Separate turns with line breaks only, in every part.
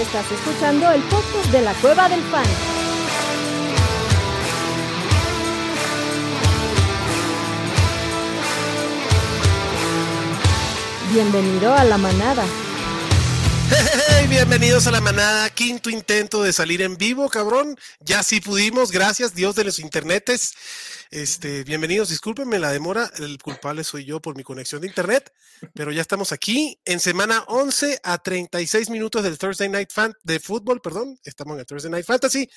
Estás escuchando el podcast de la Cueva del Fan. Bienvenido a la manada.
Hey, bienvenidos a la manada, quinto intento de salir en vivo, cabrón. Ya sí pudimos, gracias, Dios de los internetes. Este, bienvenidos, discúlpenme la demora, el culpable soy yo por mi conexión de internet, pero ya estamos aquí en semana 11 a 36 minutos del Thursday Night Fan de fútbol, perdón, estamos en el Thursday Night Fantasy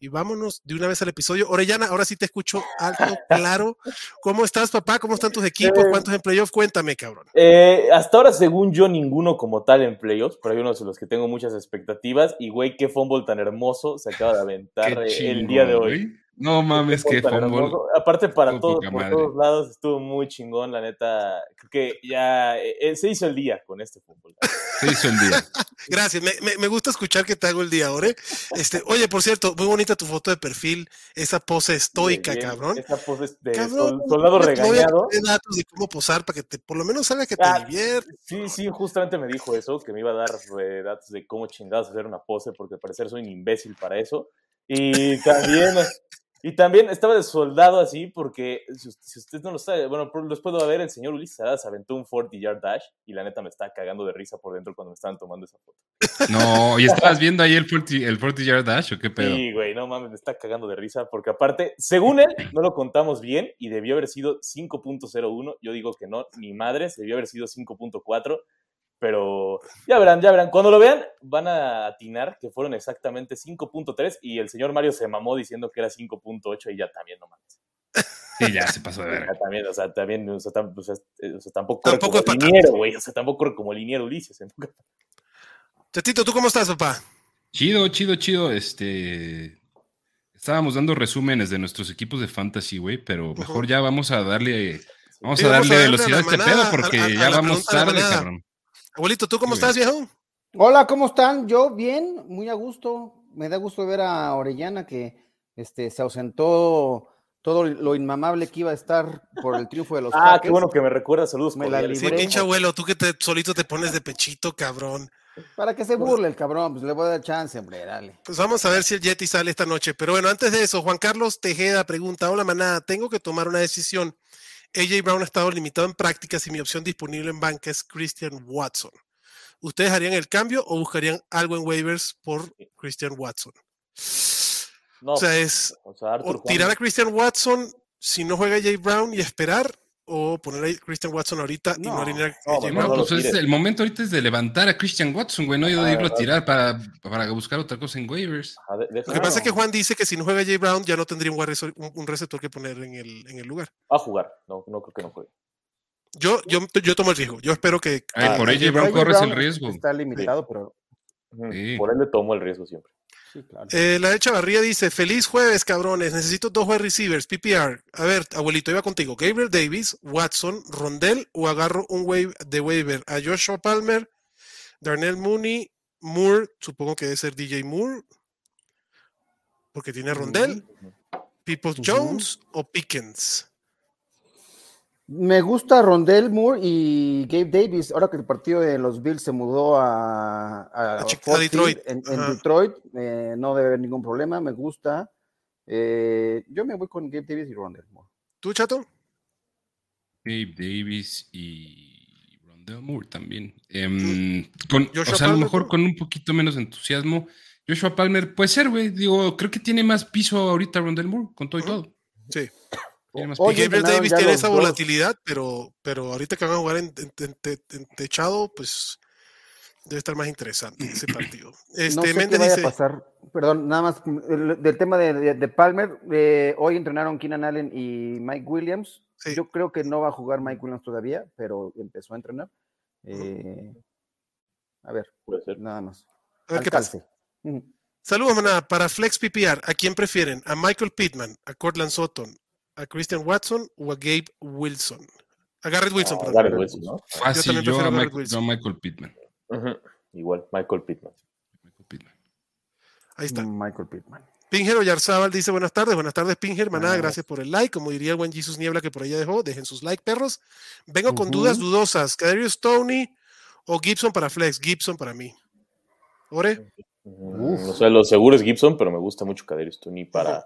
y vámonos de una vez al episodio. Orellana, ahora sí te escucho alto, claro. ¿Cómo estás, papá? ¿Cómo están tus equipos? ¿Cuántos en playoff? Cuéntame, cabrón.
Eh, hasta ahora, según yo, ninguno como tal en playoffs, pero hay uno de los que tengo muchas expectativas. Y, güey, qué fumble tan hermoso se acaba de aventar
Qué
eh, el día de
chingón,
hoy.
güey. No mames,
Qué
que
fumble tan
fútbol.
hermoso. Aparte, para
Estuvo
todos,
poca
por
madre.
todos lados, estuvo muy chingón, la neta. Creo que ya eh, eh, se hizo el día con este fútbol.
Se hizo el día.
Gracias, me, me- me gusta escuchar que te hago el día, Ore. Este, oye, por cierto, muy bonita tu foto de perfil, esa pose estoica,
Bien, este,
cabrón.
Esa pose de
Cabrón,
sol- soldado
no te voy a
regañado.
dar datos de cómo posar para que te, por lo menos salga que te
Ah,
diviertas.
Sí, sí, justamente me dijo eso, que me iba a dar eh, datos de cómo chingados hacer una pose, porque al parecer soy un imbécil para eso. Y también, y también estaba de soldado así, porque si us- si usted no lo sabe, bueno, por- los puedo ver, el señor Ulises Arada se aventó un 40 yard dash y la neta me está cagando de risa por dentro cuando me estaban tomando esa foto.
No, ¿y estabas viendo ahí el 40, el 40 yard dash o qué pedo?
Sí, güey, no mames, me está cagando de risa, porque aparte, según él, no lo contamos bien y debió haber sido 5.01. Yo digo que no, ni madres, debió haber sido 5.4. Pero ya verán, ya verán. Cuando lo vean, van a atinar que fueron exactamente 5.3 y el señor Mario se mamó diciendo que era 5.8 y ya también, no mames.
Sí, ya se pasó de verga.
Ya también, o sea, también, o sea, tam- o sea, eh, o sea, tampoco corre
Tampoco es
como
para
liniero, güey. O sea, tampoco corre como liniero Ulises. en poca-
Tetito, ¿tú cómo estás, papá?
Chido, chido, chido. Este. Estábamos dando resúmenes de nuestros equipos de fantasy, güey, pero mejor ya vamos a darle. Vamos
Sí,
a
vamos
darle
a darle a
velocidad
la
a este
manada,
pedo porque
a- a- a
ya
la
vamos
pregunta de la
tarde,
manada.
cabrón.
Abuelito, ¿tú cómo
Muy
estás, viejo?
Hola, ¿cómo están? Yo bien, muy a gusto. Me da gusto ver a Orellana que este, se ausentó todo lo inmamable que iba a estar por el triunfo de los
Ah, qué
Packers.
bueno que me recuerda. Saludos,
Me la
cordiales.
Sí,
libré.
pinche abuelo, tú que te, solito te pones de pechito, cabrón.
Para que se burle el cabrón, pues le voy a dar chance, hombre, dale.
Pues vamos a ver si el Yeti sale esta noche. Pero bueno, antes de eso, Juan Carlos Tejeda pregunta, hola manada, tengo que tomar una decisión. AJ Brown ha estado limitado en prácticas y mi opción disponible en banca es Christian Watson. ¿Ustedes harían el cambio o buscarían algo en waivers por Christian Watson?
No,
O sea, es
o sea, Arthur
o
Juan-
tirar a Christian Watson si no juega AJ Brown y esperar o poner a Christian Watson ahorita y no
No,
alinear a
no,
AJ
pues
No,
Brown.
lo
pues es
tires.
el momento ahorita es de levantar a Christian Watson, güey, no yo de
Ah,
irlo a
¿verdad?
tirar para, para buscar otra cosa en waivers.
Ah, de-
Lo
deja-
que pasa es que
Claro.
Juan dice que si no juega AJ Brown ya no tendría un, wide receiver- un- un receptor que poner en el, en el lugar.
Va a jugar. No, no creo que no juegue.
Yo, yo, yo tomo el riesgo. Yo espero que.
Ay,
Ah,
por
sí,
AJ Brown
Ray
corres el
Brown
riesgo.
Está limitado, pero
Ujú.
Sí.
Por él le tomo el riesgo siempre.
sí, claro.
Eh, la de Chavarría dice: Feliz jueves, cabrones. Necesito dos wide receivers, PPR. A ver, abuelito, iba contigo. Gabriel Davis, Watson, Rondell o agarro un wave de waiver a Joshua Palmer, Darnell Mooney, Moore, supongo que debe ser DJ Moore, porque tiene a Rondell,
Ujú.
Peoples
Ujú.
Jones o Pickens.
Me gusta Rondell Moore y Gabe Davis. Ahora que el partido de los Bills se mudó a,
A Chi- a
Fort
Detroit,
Field, En, en
ajá.
Detroit, eh, no debe haber ningún problema. Me gusta. Eh, yo me voy con Gabe Davis y Rondell Moore.
¿Tú, chato?
Gabe Davis y Rondell Moore también. Em, con, o
Joshua
sea, a lo
Palmer,
mejor
¿no?
con un poquito menos de entusiasmo. Joshua Palmer puede ser, güey. Digo, creo que tiene más piso ahorita Rondell Moore, con todo y
Ujú.
todo.
Sí.
Tiene más
Oye,
y Gabriel
ganaron
Davis
ya
tiene
los
esa
dos.
volatilidad, pero, pero ahorita que van a jugar en, en- en- te- en techado, pues debe estar más interesante ese partido. Este,
no sé qué
Méndez
vaya
dice,
a pasar. Perdón, nada más mm, el- del tema de, de- de Palmer. eh, hoy entrenaron Keenan Allen y Mike Williams.
Sí.
Yo creo que no va a jugar Mike Williams todavía, pero empezó a entrenar. Eh, a ver,
Puede ser.
nada más.
a ver qué pasa.
Alcance. Ujú.
Saludos, manada. Para Flex PPR, ¿a quién prefieren? ¿A Michael Pittman, a Cortland Sutton, a Christian Watson o a Gabe Wilson? A Garrett Wilson,
Ah,
perdón.
Garrett Wilson, ¿no?
Fácil, yo,
también prefiero
a
a Garrett
Michael, yo a
Wilson.
Michael Pittman.
Ujú. Igual, Michael Pittman.
Michael Pittman.
Ahí está.
Michael Pittman.
Pinger Oyarzábal dice buenas tardes, buenas tardes Pinger, manada,
Ah.
gracias por el like, como diría el buen Jesus Niebla que por allá dejó, dejen sus like perros. Vengo con
Ujú.
dudas dudosas, Kadarius Tony o Gibson para Flex, Gibson para mí. Ore,
Uf.
O sea, lo seguro es Gibson, pero me gusta mucho Kadarius Tony para.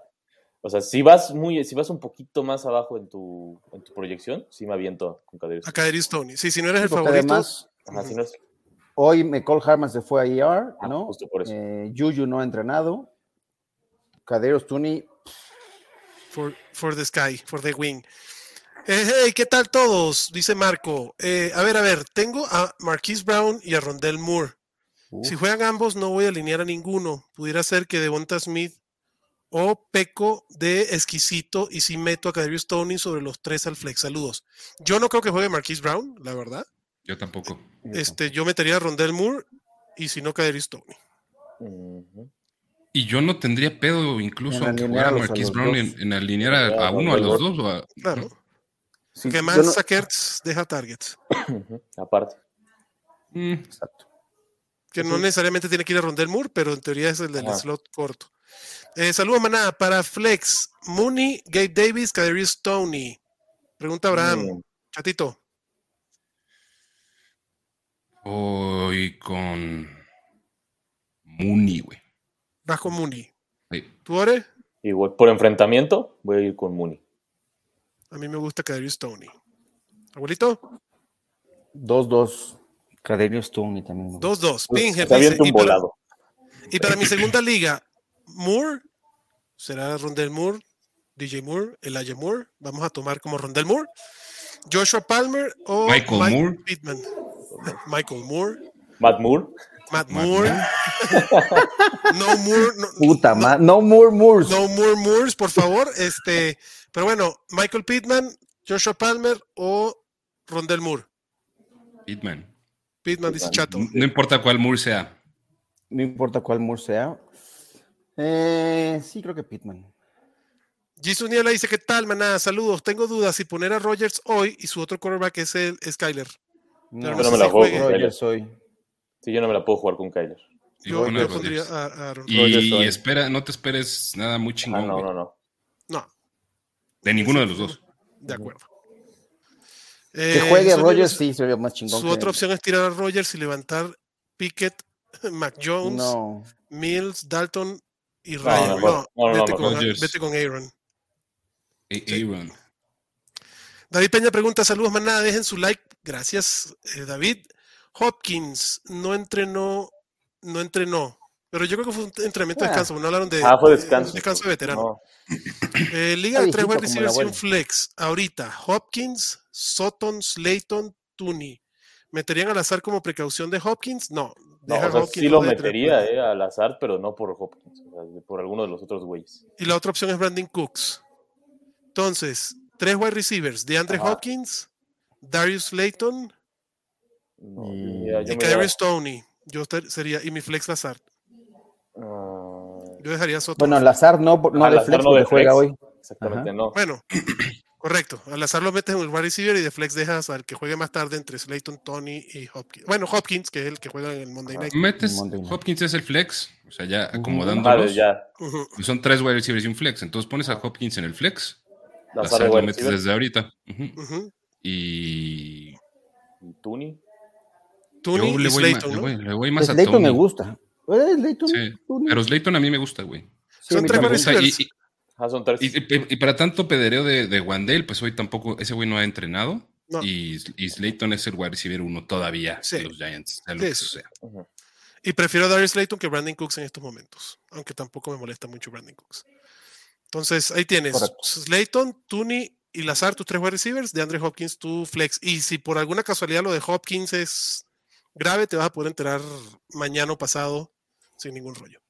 O sea, si vas muy, si vas un poquito más abajo en tu, en tu proyección, sí me aviento con Kadarius.
A Kadarius Tony. Sí, si no eres el
Porque
favorito.
además,
Ajá, si no es-
hoy Michael Harman se fue a IR,
Ah,
¿no?
justo por eso.
Eh, Juju no ha entrenado. eh, Caderos Tuni,
For, for the sky, for the wing. Eh, hey, ¿qué tal todos? Dice Marco. Eh, a ver, a ver, tengo a Marquise Brown y a Rondell Moore.
Uf.
Si juegan ambos, no voy a alinear a ninguno. Pudiera ser que Devonta Smith o Peco de exquisito y si meto a Kadarius Tony sobre los tres al flex. Saludos. Yo no creo que juegue Marquise Brown, la verdad.
Yo tampoco.
Este, yo metería a Rondell Moore y si no, Kadarius Tony.
Ujú.
Y yo no tendría pedo incluso
En
aunque
alinearlos
jugara
a
Marquise
los
Brown
dos.
en, en alinear a, a
Ah,
uno, a los
Rondell
dos. O a,
Claro.
sí,
que
yo
más
no-
Sakerts deja targets.
Ujú. Aparte.
Mm,
exacto.
que no necesariamente tiene que ir a Rondel Moore, pero en teoría es el del
Ajá.
slot corto. Eh, saludos, manada. Para Flex, Mooney, Gabe Davis, Kadarius Stoney. Pregunta Abraham,
Mm.
chatito.
voy con Mooney, güey.
Vas con Mooney.
Ahí.
¿Tú, Ore?
Igual, por enfrentamiento, voy a ir con Mooney.
A mí me gusta Kadarius Stoney. Abuelito,
2-2. Caderos Tuni también. me gusta.
2-2. Pinger
Te
dice,
aviento
y,
un
para,
volado.
y para mi segunda liga, Moore, será Rondel Moore, DJ Moore, Elijah Moore. Vamos a tomar como Rondel Moore. Joshua Palmer o
Michael
Mike
Moore.
Pittman. Michael Moore.
Matt Moore.
Matt
Matt
Moore. no Moore. No,
Puta
no,
ma- No more Moores.
no Moore Moores, por favor. Este, pero bueno, Michael Pittman, Joshua Palmer o Rondell Moore.
Pittman.
Pittman dice chato.
No importa cuál Moore sea.
No importa cuál Moore sea. Eh, sí, creo que Pittman.
Jason Niebla dice, ¿qué tal, manada? Saludos. Tengo dudas si poner a Rogers hoy y su otro quarterback es el es Kyler. Pero
Yo no
sé
me la
si
juego
juegue.
con Kyler.
Rogers hoy.
Eh,
Sí, yo no me la puedo jugar con Kyler.
Y
Yo,
pon a
yo
Rodgers.
pondría ah, a, a Aaron
Y,
Rodgers.
Rodgers hoy.
espera, no te esperes nada muy
Ah,
chingón.
no,
güey.
no, no.
No,
De ninguno de los dos.
de acuerdo.
Que
Eh,
juegue
Jason Niebla,
Rogers, sí, sería más chingón.
Su
que-
otra opción es tirar a Rogers y levantar Pickett, Mac Jones.
No.
Mills, Dalton y
No,
Ryan.
mejor.
No,
No, no,
vete,
no,
con,
Rodgers.
vete con Aaron.
A- Aaron.
David Peña pregunta: Saludos, manada. Dejen su like. Gracias, eh, David. Hopkins no entrenó, no entrenó. Pero yo creo que fue un entrenamiento de
Ah.
descanso. No hablaron de
Ah, fue
de-
descanso.
Eh, descanso de veterano.
No.
Eh, Liga de
Está
tres wide
viejito Ah, como el
receivers y un
abuelo.
flex. Ahorita, Hopkins, Sutton, Slayton, Tooney. ¿Meterían al azar como precaución de Hopkins? No.
No,
Deja
o sea,
a Hopkins
sí lo
fuera de tres
metería
wide.
eh, al azar, pero no por Hopkins, o sea, por alguno de los otros güeyes.
Y la otra opción es Brandon Cooks. Entonces, tres wide receivers: DeAndre
Ajá.
Hopkins, Darius Slayton
No,
Mm.
ya- yo
y
me iba-
Kyrie Stoney. Yo estar- sería, y mi flex Lazard.
Ah,
Yo dejaría a Soto.
Bueno, Lazar no, no
Ah,
de
Lazar
flex
no de
porque juega
flex.
hoy.
exactamente,
Ajá.
no.
Bueno, correcto. Al azar lo metes en el wide receiver y de flex dejas al que juegue más tarde entre Slayton, Tony y Hopkins. Bueno, Hopkins, que es el que juega en el
Ah.
Monday Night.
Metes,
Monday night.
Hopkins es el flex, o sea, ya
Ujú.
Vale,
acomodándolos.
Mm, Ah, pues ya.
Ujú.
Y Son tres wide receivers y un flex. Entonces pones a Hopkins en el flex.
Lazar de
Lazard lo
wide
metes
receiver.
desde ahorita. Ujú.
Ujú.
Y
Y Tuni.
Tooney
yo
y
le voy, ma-
Slayton,
le
¿no?
voy- le voy
Pues
más a
Slayton
Tony.
me gusta. Eh, Slayton,
Sí,
Tony.
Pero Slayton a mí me gusta, güey.
Sí,
Son
mi
tres
Me
también.
gusta, y,
receivers.
y-
Ah, son tres.
y- y- y para tanto pedereo de, de Wandale, pues hoy tampoco, ese güey no ha entrenado.
No.
Y, y Slayton es el wide receiver uno todavía
Sí.
de los Giants. sea lo
Sí,
que
sí.
sea.
Ujú.
Y prefiero a Darius Slayton que Brandon Cooks en estos momentos. Aunque tampoco me molesta mucho Brandon Cooks. Entonces, ahí tienes.
Correcto.
Slayton, Tooney y Lazar, tus tres wide receivers. De Andre Hopkins, tu flex. Y si por alguna casualidad lo de Hopkins es grave, te vas a poder enterar mañana o pasado sin ningún rollo.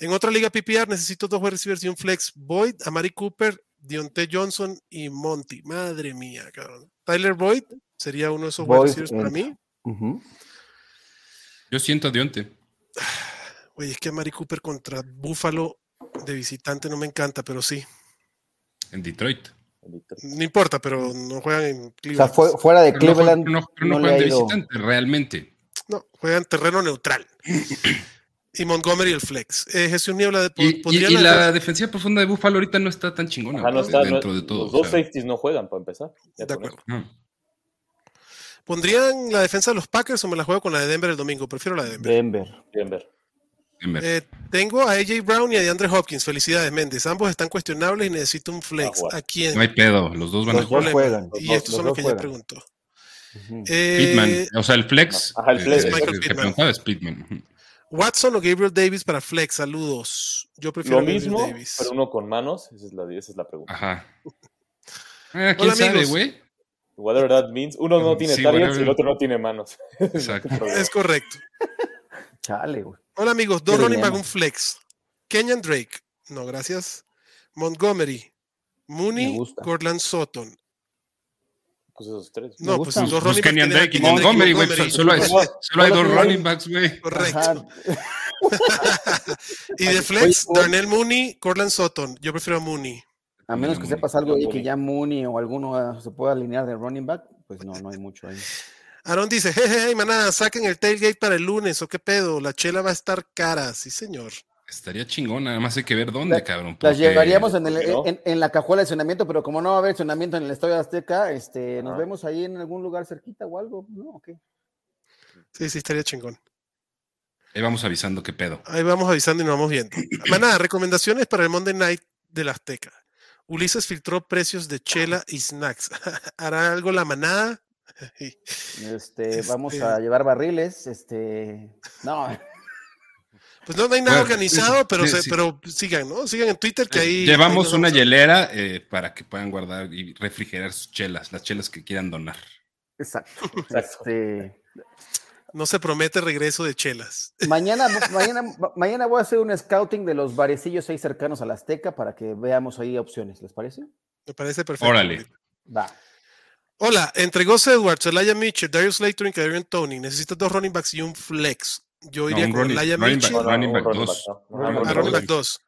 En otra liga PPR necesito dos wide receivers y un flex. Boyd, Amari Cooper, Dionte Johnson y Monty. Madre mía, cabrón. Tyler Boyd sería uno de esos wide
Boyd
receivers para
entra.
mí.
Ujú.
Yo siento a Dionte.
Oye, es que Mari Cooper contra Buffalo de visitante no me encanta, pero sí.
En Detroit.
Bendito.
No importa, pero no juegan en
O sea,
Cleveland.
fue- fuera de
Pero no, juegan-
Cleveland.
pero no- pero no
no le
juegan
ha
de
ido-
visitante, realmente.
No, juegan terreno neutral. y Montgomery el flex. Eh, Jesús Niebla de-
Y, y-
podría
y
la-
la defensiva profunda de Buffalo ahorita no está tan chingona
Ajá, Ah, no
güey,
está, no-
pues dentro de todo.
Los
o
dos
sea,
safeties no juegan para empezar. Ya
De
con
acuerdo.
no.
¿Pondrían la defensa de los Packers o me la juego con la de Denver el domingo? Prefiero la de Denver.
Denver.
eso. Denver.
Denver.
Eh, tengo a AJ Brown y a DeAndre Hopkins. Felicidades, Méndez. Ambos están cuestionables y necesito un flex.
Ah, bueno.
¿A quién?
no hay pedo, los dos van a
Los
jugar.
dos
problema.
juegan.
y
los-
estos
los
son los
dos
que
juegan.
yo pregunto.
Ujú.
Eh,
Pittman, o sea, el flex.
Ajá, el flex.
eh,
Michael
el que
Pittman.
preguntaba es Pittman.
Watson o Gabriel Davis para flex. Saludos. Yo prefiero
Lo
a Gabriel
mismo,
Davis.
pero uno con manos. Esa es la, esa es la pregunta.
Ajá. Ah, ¿Quién
Hola,
sabe,
amigos.
güey?
Whatever that means. Uno no tiene
Mm, Sí,
targets
whatever.
y el otro no tiene manos.
Exacto.
Es correcto. Eh,
Chale, güey.
Hola amigos, dos
Qué
running back,
dilema.
un flex. Kenyan Drake. No, gracias. Montgomery.
Me
Mooney,
gusta.
Cortland Sutton.
Pues esos tres.
No,
Me
pues
gusta.
los dos
Pues
running back
Kenyan
tienen a
Drake y
Kenyan Drake
Montgomery, güey. pues,
Montgomery.
Solo hay, solo hay dos
Solo-
running backs, güey.
Ajá.
Correcto. Y
Oye,
de flex,
oye.
Darnell Mooney, Cortland Sutton. Yo prefiero a Mooney.
A menos que
Mooney.
sepas algo ahí que
Mooney.
ya Mooney o alguno ah, se pueda alinear de running back, pues no, no hay mucho ahí.
Aaron dice, jeje, manada, saquen el tailgate para el lunes, o qué pedo, la chela va a estar cara, sí señor.
Estaría chingona, nada más hay que ver dónde,
La-
cabrón.
Las
porque-
llevaríamos en, el-
¿por qué no?
en- en la cajuela de estacionamiento, pero como no va a haber estacionamiento en el Estadio Azteca, este, nos
Ajá.
vemos ahí en algún lugar cerquita o algo, ¿no? ¿O qué?
Sí, sí, estaría chingón.
Ahí vamos avisando qué pedo.
Ahí vamos avisando y nos vamos viendo. Manada, recomendaciones para el Monday Night del Azteca. Ulises filtró precios de chela y snacks. ¿Hará algo la manada?
Este, vamos
Este-
a llevar barriles, este, no,
Pues no, no hay nada
Bueno,
organizado, pero,
sí,
se-
sí.
pero sigan, ¿no? Sigan en Twitter que ahí...
Llevamos
ahí nos
una
vamos a-
hielera eh, para que puedan guardar y refrigerar sus chelas, las chelas que quieran donar.
exacto.
Exacto.
Este,
No se promete regreso de chelas.
mañana, mañana, mañana voy a hacer un scouting de los barecillos ahí cercanos a la Azteca para que veamos ahí opciones, ¿les parece?
Me parece perfecto.
Órale.
Va.
Hola, entre Gus Edwards, Elijah Mitchell, Darius Layton y Kadarian Tony. Necesitas dos running backs y un flex. Yo
No,
iría
un
con
running-
Elijah
running back,
Mitchell.
no, Running back dos.
no.
Ah,
Ajá,
Ah,
running
running
running
back
back dos.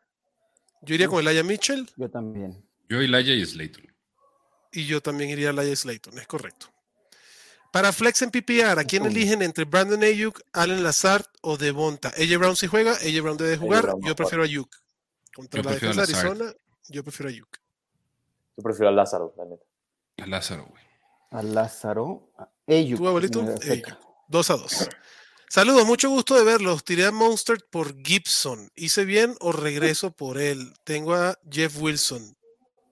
Yo iría con Elijah Mitchell
Yo también.
Yo, Laia y Slayton.
y yo también iría a Elijah Slayton, es correcto. Para flex en PPR, ¿a quién
Ujú.
eligen entre Brandon Ayuk, Allen Lazard o Devonta? AJ Brown si juega, AJ Brown debe jugar,
Brown no
yo prefiero a Ayuk. Contra
Yo
la
prefiero a
defensa de
Lazard.
Arizona, yo prefiero a Ayuk.
Yo prefiero a Lázaro, la neta.
A Lázaro, güey.
A Lázaro. a Ayuk,
¿Tu abuelito?
de la Azteca.
Dos a dos. Saludos, mucho gusto de verlos. Tiré a Monster por Gibson. ¿Hice bien o regreso por él? Tengo a Jeff Wilson,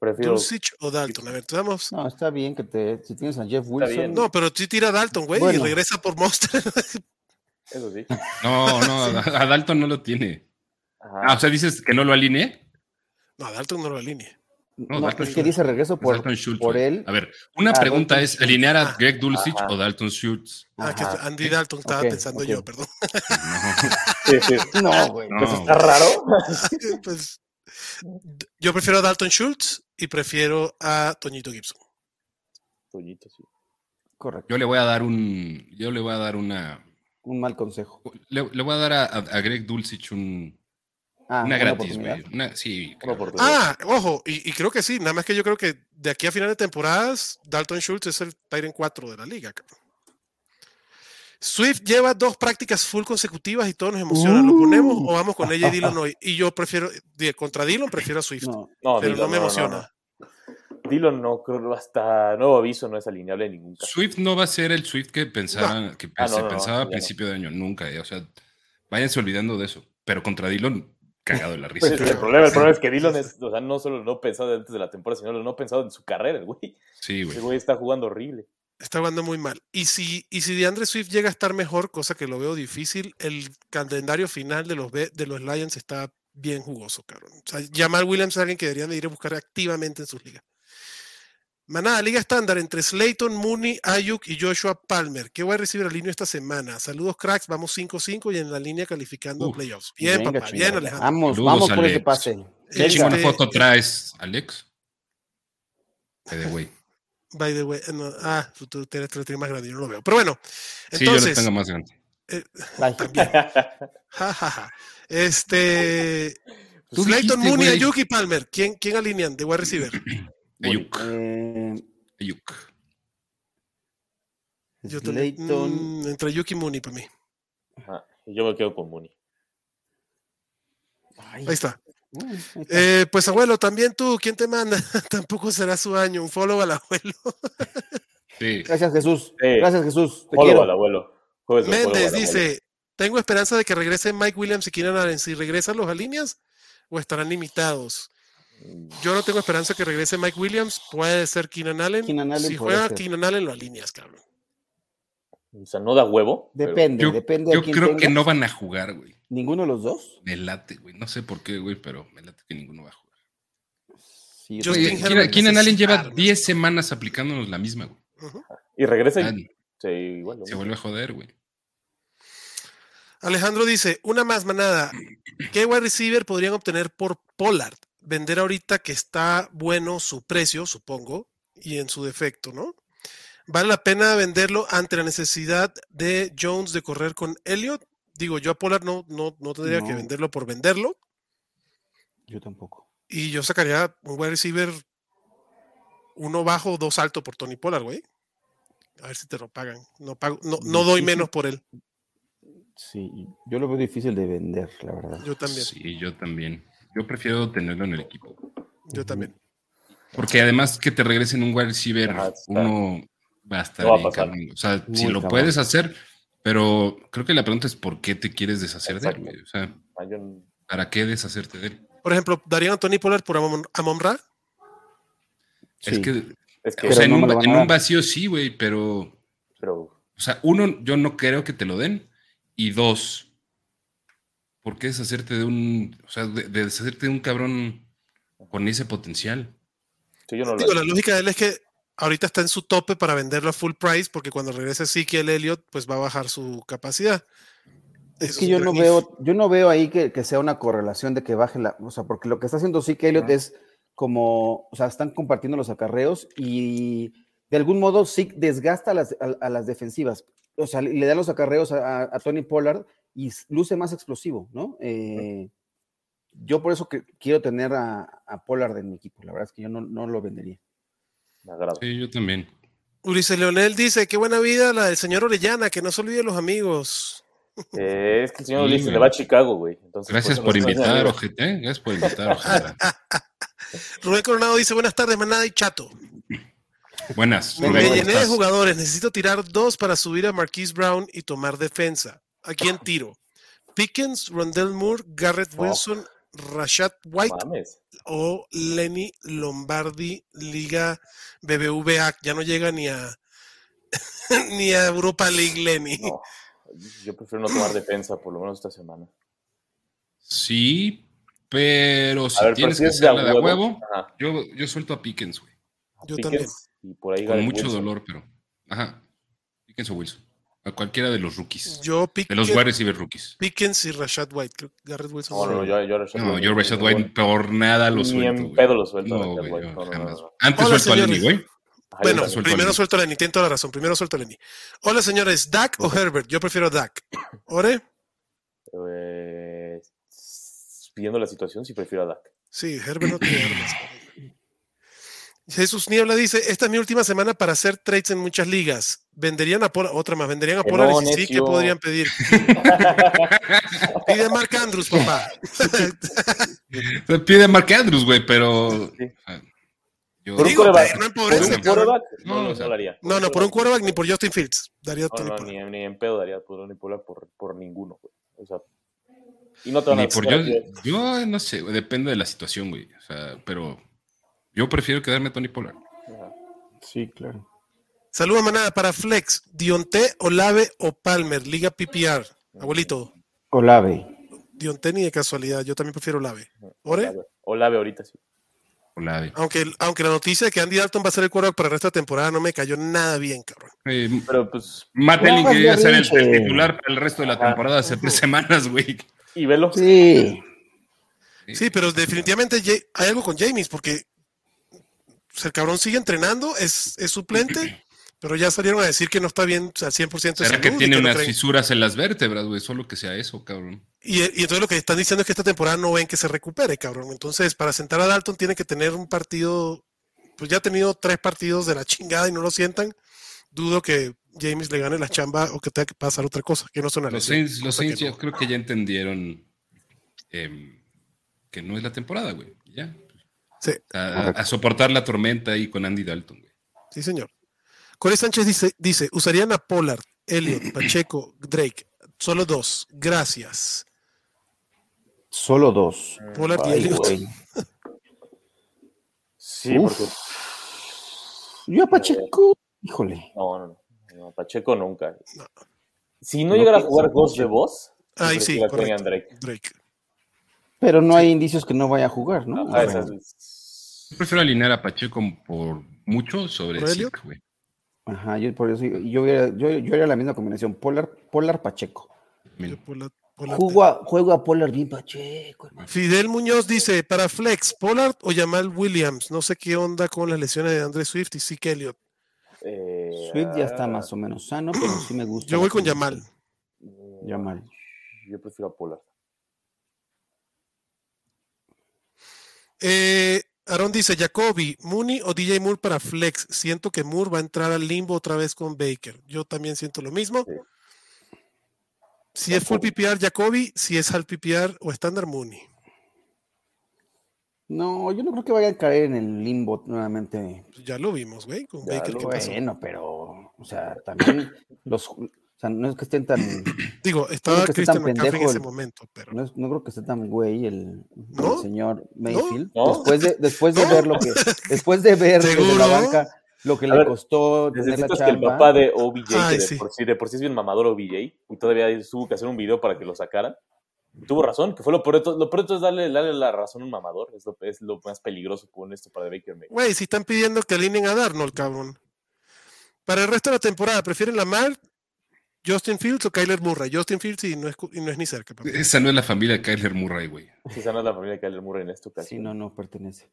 Prefiero.
Dulcich o Dalton. A ver, te damos.
No, está bien que te, si tienes a Jeff
bien.
Wilson.
No, pero tú tira a Dalton, güey, y
Bueno.
regresa por Monster.
Eso sí.
No, no, a a Dalton no lo tiene. Ah, o
Ajá.
sea, dices que no lo alineé.
No, a Dalton no lo alinea.
no,
Dalton
es que
Schultz.
dice regreso
Es
por,
Dalton Schultz,
por
güey.
él.
A ver, una
a
pregunta
Dalton Ah,
es: ¿alinear a
Ajá.
Greg Dulcich
Ajá.
o Dalton Schultz?
Ah, que
Ajá.
Andy Dalton estaba
Ok,
pensando
ok.
yo, perdón.
Sí, sí.
No, güey.
No,
Pues
güey.
está raro.
Pues, d- yo prefiero a Dalton Schultz y prefiero a Toñito Gibson.
Toñito, sí.
Correcto.
yo le voy a dar un. Yo le voy a dar una.
Un mal consejo.
Le, le voy a dar a, a- a Greg Dulcich un-
Ah,
una gratis,
oportunidad.
güey. Una- Sí,
Una
claro.
oportunidad.
Ah, ojo, y, y creo que sí, nada más que yo creo que de aquí a final de temporadas, Dalton Schultz es el Tyrant 4 de la liga. cabrón. Swift lleva dos prácticas full consecutivas y todos nos emocionan. ¿Lo ponemos o vamos con ella y Dillon hoy? Y yo prefiero, de- contra Dillon prefiero a Swift,
No,
pero
No, Dillon,
no me emociona.
no. Dillon no, creo, hasta nuevo aviso no es alineable en ningún caso.
Swift no va a ser el Swift que pensaban, que
Ah, no,
se
no, no,
pensaba a
ya
principio de año, nunca, eh, o sea, váyanse olvidando de eso. Pero contra Dillon, cagado de la
Pues,
risa.
el, problema, el problema es que Dillon es, o sea, no solo lo no pensado antes de la temporada, sino lo no pensado en su carrera, el güey.
Sí, güey.
El güey está jugando horrible.
Está jugando muy mal. Y si, y si DeAndre Swift llega a estar mejor, cosa que lo veo difícil, el calendario final de los, B- de los Lions está bien jugoso, cabrón. O sea, Jamal Williams es alguien que deberían de ir a buscar activamente en sus ligas. Manada, liga estándar entre Slayton, Mooney, Ayuk y Joshua Palmer. ¿Qué voy a recibir al línea esta semana? Saludos, cracks. Vamos 5-5 y en la línea calificando a
Uf,
playoffs. Bien,
venga,
papá.
chingada.
Bien, Alejandro.
Vamos,
Saludos,
vamos por ese
Alex.
pase.
¿Qué
Este,
chingona foto traes, Alex? Eh, de güey.
By the way, no, ah, tú, tú tienes tú lo tienes más grande, yo no lo veo. Pero bueno,
Sí, yo lo
entonces,
tengo más grande.
Bye.
ja, ja, ja. este,
Tú
Slayton,
dijiste,
Mooney,
güey.
Ayuk y Palmer. ¿Quién, quién alinean de wide receiver?
Ayuk,
Eh,
Ayuk.
Yo también,
Slayton.
mm, entre Ayuk y Mooney para mí.
Ajá. Y yo me quedo con Mooney.
Ay,
Ahí está.
bueno, ahí está.
Eh, pues abuelo, también tú, ¿quién te manda? Tampoco será su año. Un follow al abuelo.
Sí.
Gracias, Jesús.
Eh,
Gracias, Jesús. Te
Follow
quiero.
al abuelo. Jueves de follow
Méndez
al abuelo.
dice, Tengo esperanza de que regresen Mike Williams y Keenan Allen. Si regresan los alineas o estarán limitados. Yo no tengo esperanza de que regrese Mike Williams. Puede ser Keenan Allen.
Keenan Allen
si
puede
juega
ser.
Keenan Allen, lo alineas, cabrón.
O sea, no da huevo. pero-
Depende,
Yo,
depende
yo
a quién
creo que
tengas.
no van a jugar, güey.
¿Ninguno de los dos?
Me late, güey. No sé por qué, güey, pero me late que ninguno va a jugar.
Sí,
Yo
sí.
Oye,
Justin
Keenan-
Herbert
Keenan Allen lleva
necesita armas.
10 semanas aplicándonos la misma, güey.
Ujú.
Y regresa y
Ah,
sí, igual.
Se vuelve a joder, güey.
Alejandro dice, una más manada. ¿Qué wide receiver podrían obtener por Pollard? Vender ahorita que está bueno su precio, supongo, y en su defecto, ¿no? ¿Vale la pena venderlo ante la necesidad de Jones de correr con Elliot? Digo, yo a Pollard no, no, no tendría que
No.
venderlo por venderlo.
Yo tampoco.
Y yo sacaría un wide receiver uno bajo, dos alto por Tony Pollard, güey. A ver si te lo pagan. No, pago, no, no doy
Difícil.
menos por él.
Sí, yo lo veo difícil de vender, la verdad.
Yo también.
Sí, yo también. Yo prefiero tenerlo en el equipo.
Yo también.
Porque además que te regresen un wide receiver,
Ajá, está.
uno va a estar
No va a
bien,
pasar.
cabrón. O sea,
Muy
si lo
cabrón.
puedes hacer, pero creo que la pregunta es por qué te quieres deshacer de él,
Exacto.
güey. O sea,
Ah, yo no-
¿para qué deshacerte de él?
Por ejemplo, ¿darían a Tony Pollard por Amon, Amon Ra?
Es
Sí.
que,
Es que,
o sea, en,
no me
un,
lo van a
en un
dar.
vacío sí, güey, pero, o
pero
sea, uno, yo no creo que te lo den. Y dos, ¿por qué deshacerte de un, o sea, de, de deshacerte de un cabrón con ese potencial?
sí, yo no lo
Digo, la lógica de él es que ahorita está en su tope para venderlo a full price, porque cuando regrese Ezekiel Elliott, pues va a bajar su capacidad.
Es
Eso
que
un
yo no
gran if.
veo, yo no veo ahí que, que sea una correlación de que baje la, o sea, porque lo que está haciendo sí que Elliot
Ajá.
es como, o sea, están compartiendo los acarreos y de algún modo sí desgasta a las, a, a las defensivas, o sea, le- le dan los acarreos a, a- a Tony Pollard y s- luce más explosivo, ¿no? Eh, yo por eso que quiero tener a, a Pollard en mi equipo, la verdad es que yo no, no lo vendería.
me agrada.
Sí, yo también.
Ulises Leonel dice, qué buena vida la del señor Orellana, que no se olvide de los amigos.
Eh, es que el señor
Sí,
Ulises
güey.
le va a Chicago, güey. Entonces,
Pues Gracias
eso
por
no está haciendo
invitar,
nada.
ojete. ¿eh? Gracias por invitar, ojete.
Rubén Coronado dice, buenas tardes, manada y chato.
Buenas.
Me,
Rubén,
me
¿cómo
llené de
estás?
jugadores, necesito tirar dos para subir a Marquise Brown y tomar defensa. ¿A quién tiro? Pickens, Rondell Moore, Garrett
No.
Wilson, Rashad White
Mames.
o Lenny Lombardi Liga BBVA. Ya no llega ni a ni a Europa League Lenny.
No. Yo prefiero no tomar defensa, por lo menos esta semana.
Sí, pero si
A ver, pero
tienes
si
que
es de a
hacerla de a
huevo.
huevo,
Ajá.
yo, yo suelto a Pickens, güey.
Yo
Pickens Y por ahí
Con
Garrett
mucho
Wilson.
dolor, pero. Ajá. Pickens o Wilson. A cualquiera de los rookies.
Yo
de los
Pickens,
wide receiver rookies.
Pickens y Rashad White. Creo que Garrett Wilson.
No, no, no, yo, yo a Rashad
No,
White
yo
no-
Rashad
no-
White por nada lo
Ni
suelto.
en
güey.
pedo lo suelto a
No,
Rashad
güey,
White.
no,
No, no,
jamás.
no, no.
Antes
Hola,
suelto a Lenny,
señores.
güey.
bueno,
Ajá, yo también.
suelto a
primero
Lenny.
suelto a Lenny, tiene toda la razón. Primero suelto a Lenny. Hola, señores, ¿Dak o Herbert? Yo prefiero Dak. ¿Ore?
Eh, s- viendo la situación, sí prefiero a Dak.
Sí, Herbert no tiene armas. Jesús Niebla dice: Esta es mi última semana para hacer trades en muchas ligas. Venderían a Pola, otra más, venderían a
Que
Pola
no,
y sí que
necio.
podrían pedir. Pide a Mark Andrews, papá.
Se Pide a Mark Andrews, güey, pero.
Sí.
Ah, yo-
Por un
Digo,
coreback.
no
¿Por
empobrece,
un
cabrón.
quarterback?
No,
No, no,
o sea,
no lo haría.
No, no, por un quarterback ni por Justin Fields. Daría
No,
Tony
no,
Pollard.
ni, ni en pedo daría pues, por Tony Pollard por, por ninguno, güey. O sea, y no te van a
Ni por
sacar
yo,
aquí.
yo no sé, güey, depende de la situación, güey. O sea, pero yo prefiero quedarme a Tony Pollard.
Ajá.
Sí, claro.
Saludos, manada, para Flex. Dionte, Olave o Palmer, Liga PPR. Abuelito,
Olave.
Dionte ni de casualidad. Yo también prefiero Olave. ¿Ore?
Olave- Olave ahorita sí.
Olave.
Aunque, aunque la noticia de que Andy Dalton va a ser el quarterback para el resto de temporada no me cayó nada bien, cabrón.
Eh,
Pero pues,
Matt Elling
No hagas
quería ser el
berrinche.
titular para el resto de la
Ajá.
temporada hace tres semanas, güey.
y velo.
Sí.
Sí, pero definitivamente Ja- hay algo con James, porque o sea, el cabrón sigue entrenando, es, es suplente, pero ya salieron a decir que no está bien al 100% de
Será que
salud y
tiene
lo
unas
creen-
fisuras en las vértebras, güey. Solo que sea eso, cabrón.
Y, y entonces lo que están diciendo es que esta temporada no ven que se recupere, cabrón. Entonces, para sentar a Dalton tiene que tener un partido, pues ya ha tenido tres partidos de la chingada y no lo sientan. Dudo que James le gane la chamba o que tenga que pasar otra cosa, que no son
Los Saints, los Saints ya creo que ya entendieron em, que no es la temporada, güey. Ya.
Sí.
A, a- a soportar la tormenta ahí con Andy Dalton, güey.
Sí, señor. Corey Sánchez dice, dice, usarían a Pollard, Elliot, Pacheco, Drake, Solo dos. Gracias.
Solo dos.
Pollard y
Ay,
Elliott.
güey.
Sí,
Uf.
porque.
Yo a Pacheco, híjole.
No, no, no, no, Pacheco nunca.
No.
Si no,
No
llegara a
pienso
jugar Ghost de
mucho.
Voz,
Ahí
yo
sí,
prefiero a Kenyan
correcto.
Drake.
Drake.
Pero no hay indicios que no vaya a jugar, ¿no?
Ajá, Ah, esas-
Yo prefiero alinear a Pacheco por mucho sobre
¿Por Elliot?
Zeke, güey.
Ajá, yo por eso yo, hubiera- yo, yo haría la misma combinación, Polar, Polar Pacheco.
Mira,
Pollard, Pollard.
Juego a, juego a Polar bien Pacheco. hermano.
Fidel Muñoz dice, para Flex, Pollard o Jamal Williams. No sé qué onda con las lesiones de Andre Swift y Zeke Elliott.
eh,
Swift ya está más o menos sano, pero sí me gusta.
Yo
la
voy con
combinación.
Jamal.
mm,
Jamal.
Yo prefiero a Polar.
Eh, Aaron dice, Jacoby, Mooney o DJ Moore para Flex. Siento que Moore va a entrar al limbo otra vez con Baker. Yo también siento lo mismo.
Sí.
Si es full
Jacoby.
PPR, Jacoby. Si es half PPR o estándar, Mooney.
No, yo no creo que vayan a caer en el limbo nuevamente.
Pues Ya lo vimos, güey, con
Ya
Baker.
lo
¿qué pasó?
Bueno, pero, o sea, también los, o sea, no es que estén tan,
Digo, estaba
que está
Christian
tan
McCaffrey en
pendejo
ese
el-
momento, pero
no, es- no creo que esté tan güey el, el
¿No?
señor Mayfield.
¿No?
Después de, después de
¿No?
ver lo que, después de ver desde
¿Seguro?
la banca lo que
A
le
ver,
costó tener la
Necesitas que el
chamba.
papá de OBJ,
Ay,
que de,
sí.
por sí, de por sí es bien mamador OBJ, y todavía tuvo que hacer un video para que lo sacaran. Tuvo razón, que fue lo peor de todo. Lo peor de todo es darle, darle la razón a un mamador. Es lo, es lo más peligroso con esto para Baker Mayfield.
güey, si están pidiendo que alineen a Darnold, cabrón. Para el resto de la temporada, ¿prefieren Lamar, Justin Fields o Kyler Murray? Justin Fields y no es, cu- y no es ni cerca. papá.
Esa no es la familia de Kyler Murray, güey.
Quizá no es la familia de Kyler Murray en esto casi.
Sí, no, no pertenece.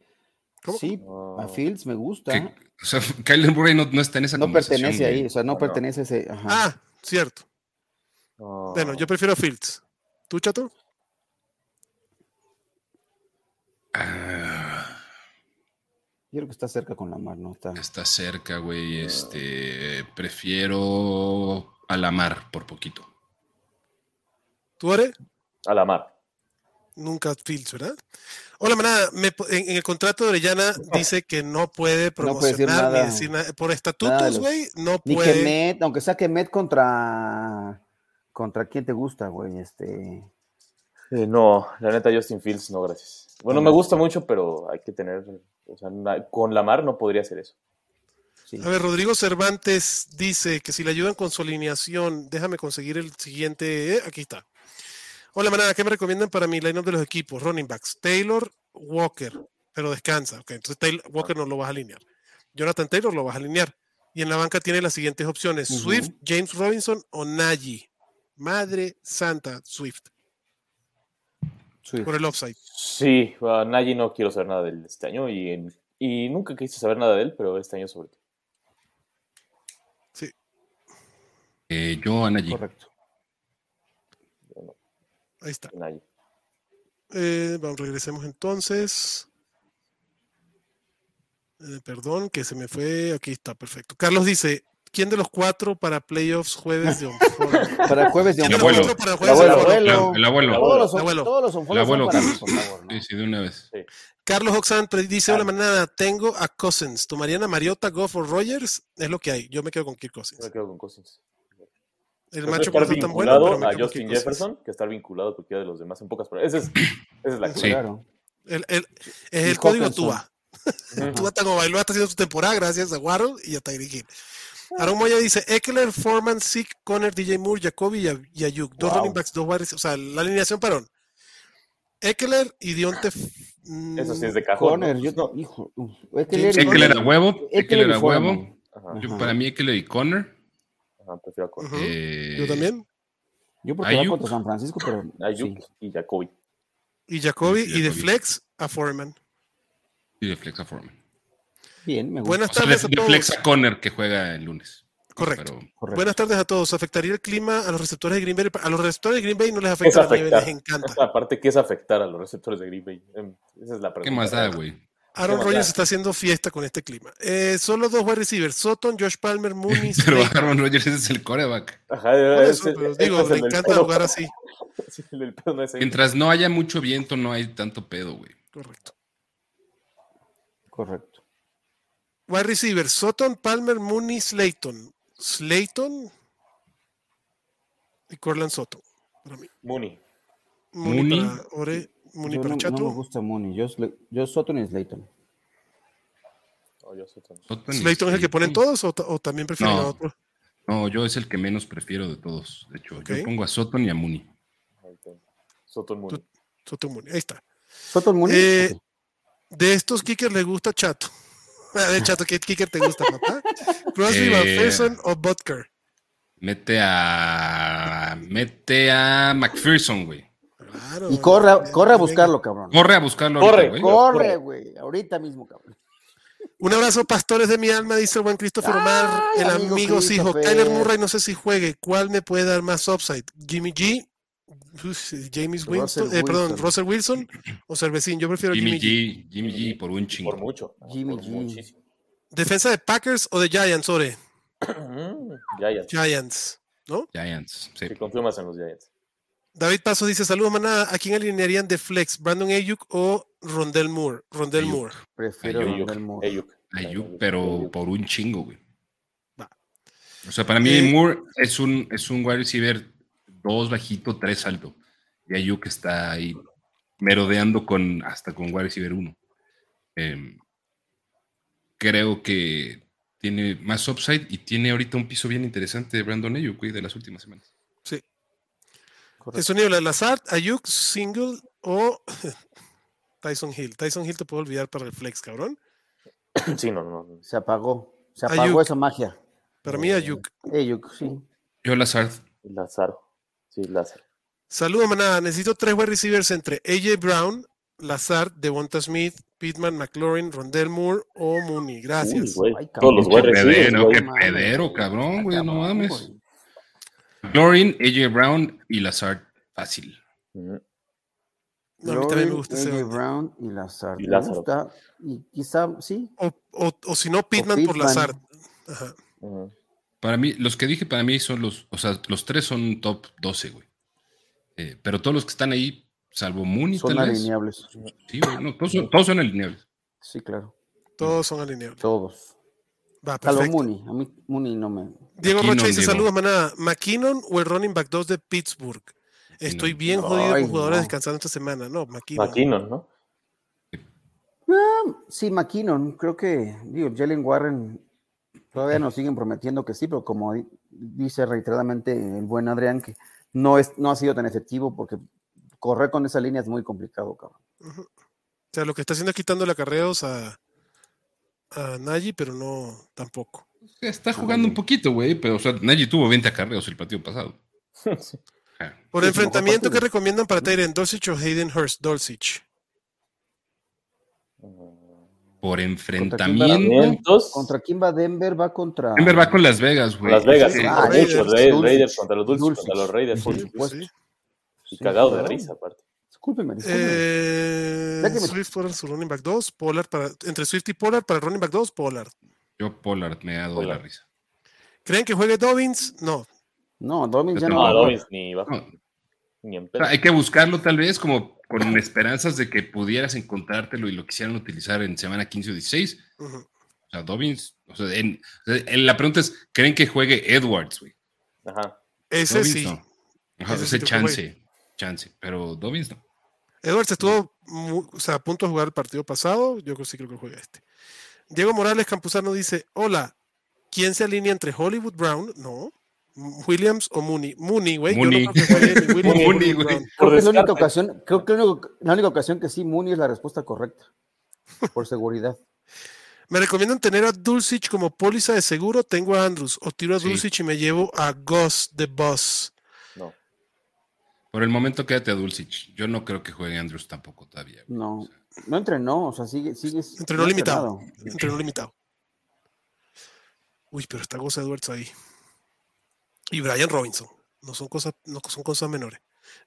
¿Cómo?
Sí,
No.
a Fields me gusta.
Que- O sea, Kyler Murray no, no está en esa
No
conversación,
pertenece
güey.
ahí, o sea, no
No.
pertenece a ese. Ajá.
Ah, cierto.
No.
Bueno, yo prefiero Fields. ¿Tú, chato?
Ah,
Yo creo que está cerca con la mar, ¿no? Está.
está cerca, güey. Este, prefiero a la mar por poquito.
¿Tú, Are?
A la mar.
Nunca Fields, ¿verdad? Hola, manada. me po- en, en el contrato de Orellana dice que no puede
No puede
promocionar
decir nada.
ni decir nada. Por
Nada de
estatutos,
los-
güey, no
Ni que
puede.
Met, aunque sea que Met contra. ¿Contra quién te gusta, güey? Este.
Eh, no, la neta, Justin Fields, no, gracias. Bueno, me gusta mucho, pero hay que tener. O sea, na- con la mar no podría hacer eso.
sí.
A ver, Rodrigo Cervantes dice que si le ayudan con su alineación, déjame conseguir el siguiente. eh, aquí está. Hola, manada, ¿qué me recomiendan para mi lineup de los equipos? Running backs, Taylor, Walker, pero descansa. Ok, entonces Taylor- Walker no lo vas a alinear. Jonathan Taylor lo vas a alinear. Y en la banca tiene las siguientes opciones:
Ujú.
Swift, James Robinson o Najee. Madre Santa, Swift,
Swift.
por el offside.
Sí, a Nagy no quiero saber nada de él este año y, en- y nunca quise saber nada de él, pero este año sobre todo.
Eh, yo a Najee.
Correcto.
Ahí está.
Nagy.
Eh, vamos, regresemos entonces. Eh, perdón, que se me fue. Aquí está, perfecto. Carlos dice: ¿Quién de los cuatro para playoffs jueves de Onfollow?
Para jueves de
El
¿Quién de los
abuelo.
cuatro para
El
jueves de
abuelo,
Onfollow?
abuelo.
Claro, el abuelo.
Todos los,
Abuelo.
todos los
El
onfolos
abuelo,
son para
Carlos.
mí, por favor, ¿no?
Sí, sí, de una vez.
Carlos Oxan pre- dice: Hola,
Ah.
manada, tengo a Cousins. ¿Tomarían a Mariota, Goff o Rogers? Es lo que hay. Yo me quedo con Kirk
Yo me
Cousins.
quedo con Cousins.
El
Prefiero
macho no
estar
está tan bueno,
vinculado
pero me
a
quedo con
Justin
Kirk Cousins.
Jefferson que estar vinculado a cualquiera de los demás en pocas palabras. Esa es, esa es la
Sí.
clave.
Claro.
El- el- es
Y
el código
Hawkinson.
TUA. Tua Tagovailoa está haciendo su temporada gracias a Waddle y a Tyreek Hill. Aaron Moya dice, Eckler, Foreman, Zeke, Conner, DJ Moore, Jacoby y, Ay- y Ayuk. Dos
Wow.
running backs, dos wide receivers. O sea, la alineación, parón. Eckler y mm, Dionte...
Eso sí es
de...
de cajón. ¿no?
Conner, yo
No.
hijo, uf,
James
Eckler,
Eckler a huevo. Eckler
y
a
Foreman.
huevo.
Ajá,
Yo
Ajá.
para mí Eckler y Connor.
ajá, prefiero a Conner.
Eh,
Yo también.
Yo porque va
Ayuk.
contra San Francisco, pero
Ayuk
sí.
y Jacoby.
Y Jacoby
Sí,
y de
Jacoby.
flex a Foreman.
Y de Flex a Foreman.
bien, me gusta.
Buenas
O sea, de,
tardes a
de Flex
todos.
a Connor que juega el lunes.
Correcto.
Pero
correcto.
Buenas tardes a todos. ¿Afectaría el clima a los receptores de Green Bay? A los receptores de Green Bay no les afecta la nieve, les
afectar.
encanta.
Aparte, ¿qué es afectar a los receptores de Green Bay? Em, Esa es la pregunta.
¿qué más da, güey?
Aaron
Qué
Rodgers
bacán.
está haciendo fiesta con este clima. Eh, solo dos wide receivers, Sutton, Josh Palmer, Mooney,
Pero
Eh,
Slade.
Aaron Rodgers es el coreback.
Ajá,
Por
es-
eso, pero
es-
digo,
ese es
le
el
encanta
pedo.
jugar así.
Sí, el pedo no es ese.
Mientras no haya mucho viento, no hay tanto pedo, güey.
Correcto.
Correcto.
Wide receiver, Sutton, Palmer, Mooney, Slayton. Slayton. y Corland Soto. Para mí.
Mooney.
Mooney,
Mooney.
para Ore, Mooney
Yo
para
no, no
Chato.
me gusta Mooney. Yo, Sle- yo Sutton y Slayton.
No, Oh, yo Sutton.
Sutton y
¿Slayton es el que ponen
Slayton.
todos o, ta- o también prefieren
No.
a otro?
No, yo es el que menos prefiero de todos. De hecho,
Ok.
yo pongo a Sutton y a Mooney.
Ahí está. Sutton Mooney.
Soto Mooney. Ahí está.
¿Sutton Mooney?
Eh,
Ok.
de estos kickers le gusta Chato. A ver, Chato, ¿qué kicker te gusta, papá? Crosby,
Eh.
McPherson o Butker.
Mete a. Mete a McPherson, güey.
Claro.
Y corre, a-
eh,
corre a
venga.
buscarlo, cabrón.
Corre a buscarlo.
Corre,
ahorita, güey.
corre.
Corre, güey. Ahorita mismo, cabrón.
Un abrazo, pastores de mi alma, dice el buen Christopher Omar.
Ay,
El
amigo
amigo Sijo.
Christopher.
Kyler Murray, no sé si juegue. ¿Cuál me puede dar más upside? Jimmy G. Uf, James Winston,
Russell
eh, perdón,
Wilson.
Russell Wilson o Cervecín. Yo prefiero
Jimmy
Jimmy G.
G. Jimmy G por un chingo.
Por mucho.
Jimmy
por
G.
Muchísimo.
¿Defensa de Packers o de Giants, Ore?
Mm, Giants.
Giants. ¿No?
Giants. Sí.
Si confío más en los Giants.
David Paso dice: Saludos, manada. ¿A quién alinearían de flex? ¿Brandon Ayuk o Rondell Moore? Rondell
Ayuk.
Moore.
Prefiero
Ayuk.
Rondell Moore.
Ayuk.
Ayuk, pero por un chingo, güey.
Va.
O sea, para mí
Eh,
Moore es un, es un wide receiver dos bajito, tres alto. Y Ayuk está ahí merodeando con, hasta con wide receiver uno. Em, creo que tiene más upside y tiene ahorita un piso bien interesante de Brandon Ayuk, güey, de las últimas semanas.
El sonido de Lazard, Ayuk, Single o Tyson Hill. Tyson Hill te puedo olvidar para el flex, cabrón.
Sí, no, no. no.
Se apagó. Se apagó
Ayuk.
esa magia.
Para
Oh.
mí, Ayuk.
Ayuk, sí.
Yo Lazard,
Lázaro. Sí, Lázaro.
Saludos, manada. Necesito tres wide receivers entre AJ Brown, Lazard, Devonta Smith, Pittman, McLaurin, Rondell Moore o Mooney. Gracias.
Uy, güey.
Ah, Ay,
Todos los
cabrón. Ah,
wide receivers,
Pedero,
güey.
qué pedero, cabrón, güey, no
Cabrón,
mames.
güey.
Glorin, AJ Brown y Lazard, fácil.
Mm,
No, a mí también me
Lauren,
gusta
AJ
ese orden.
Brown y Lazard.
Y
Me
Lazard.
gusta. Y quizá, sí.
O, o- o si no, Pittman, por
Pittman.
Lazard. Ajá.
mm.
Para mí, los que dije para mí son los, o sea, los tres son top 12, güey. Eh, pero todos los que están ahí, salvo Mooney,
Son
tal vez.
alineables.
Sí, güey, no, todos, son, todos son alineables.
Sí, claro.
Todos son alineables.
Todos.
Va,
Salvo
perfecto.
Mooney. A mí Mooney no me.
Diego
McKinnon,
Rocha dice:
Diego.
Saludos, manada. ¿McKinnon o el running back 2 de Pittsburgh? Estoy
McKinnon.
bien jodido
Ay,
con jugadores
no.
descansando esta semana. No, McKinnon.
McKinnon, ¿no?
Ah, sí, McKinnon. Creo que, digo, Jalen Warren todavía nos siguen prometiendo que sí, pero como di- dice reiteradamente el buen Adrián, que no, es, no ha sido tan efectivo porque correr con esa línea es muy complicado, cabrón.
Ujú. O sea, lo que está haciendo es quitándole acarreos a, a Nagy, pero no tampoco.
Está jugando un poquito, güey, pero o sea, Nagy tuvo 20 acarreos el partido pasado.
Sí.
Ah,
Por
Sí, Mm. es su mejor
enfrentamiento, ¿qué
partido.
recomiendan para Tyrion Dorsich o Hayden Hurst? Dorsich.
Por enfrentamiento.
Enfrentamientos.
¿Contra quién va Denver? Va contra.
Denver va con Las Vegas, güey.
Las Vegas,
Sí.
Ah,
contra
Raiders,
muchos Raiders,
Dulces.
Raiders contra los Dulces,
Dulces.
contra los Raiders,
Por
sí,
pues
supuesto.
Sí.
y
Sí,
cagado de
claro.
risa aparte.
Discúlpeme, discúlpeme.
Eh,
Ya que me-
Swift para su running back 2, Pollard para, entre Swift y Pollard para el running back 2, Pollard.
Yo Pollard me ha dado la
Pollard.
risa.
¿Creen que juegue Dobbins? No.
No, Dobbins ya
No,
no.
No,
va a
no.
jugar.
Dobbins ni bajo,
No, o
ni en
sea,
pedo.
hay que buscarlo tal vez como con esperanzas de que pudieras encontrártelo y lo quisieran utilizar en semana 15 o 16.
Ujú.
O sea, Dobbins, o sea, en, o sea, en- la pregunta es, ¿creen que juegue Edwards, güey?
Ajá.
Ese
Dobbins
sí.
no. Ajá,
Ese
ese
sí creo que
chance, chance, pero Dobbins no.
Edwards estuvo mu- o sea, a punto de jugar el partido pasado. Yo creo- sí creo que juega este. Diego Morales Campuzano dice: Hola, ¿quién se alinea entre Hollywood Brown? No. M- ¿Williams o Mooney? Mooney, güey. Yo no
Mooney.
creo que juegue ni Williams ni
Mooney,
Hollywood
güey.
Brown.
Creo que es la única
descarte.
ocasión, creo que la única- la única ocasión que sí, Mooney es la respuesta correcta. Por seguridad.
Me recomiendan tener a Dulcich como póliza de seguro. Tengo a Andrews. O tiro a
Sí.
Dulcich y me llevo a Gus de Boss.
No.
Por el momento quédate a Dulcich. Yo no creo que juegue Andrews tampoco todavía. güey.
No.
O sea,
No entrenó, o sea, sigue, sigue.
Entrenó
no ha
limitado.
entrenado.
Entrenó limitado. Uy, pero está Gus Edwards ahí. Y Brian Robinson. No son cosas, no son cosas menores.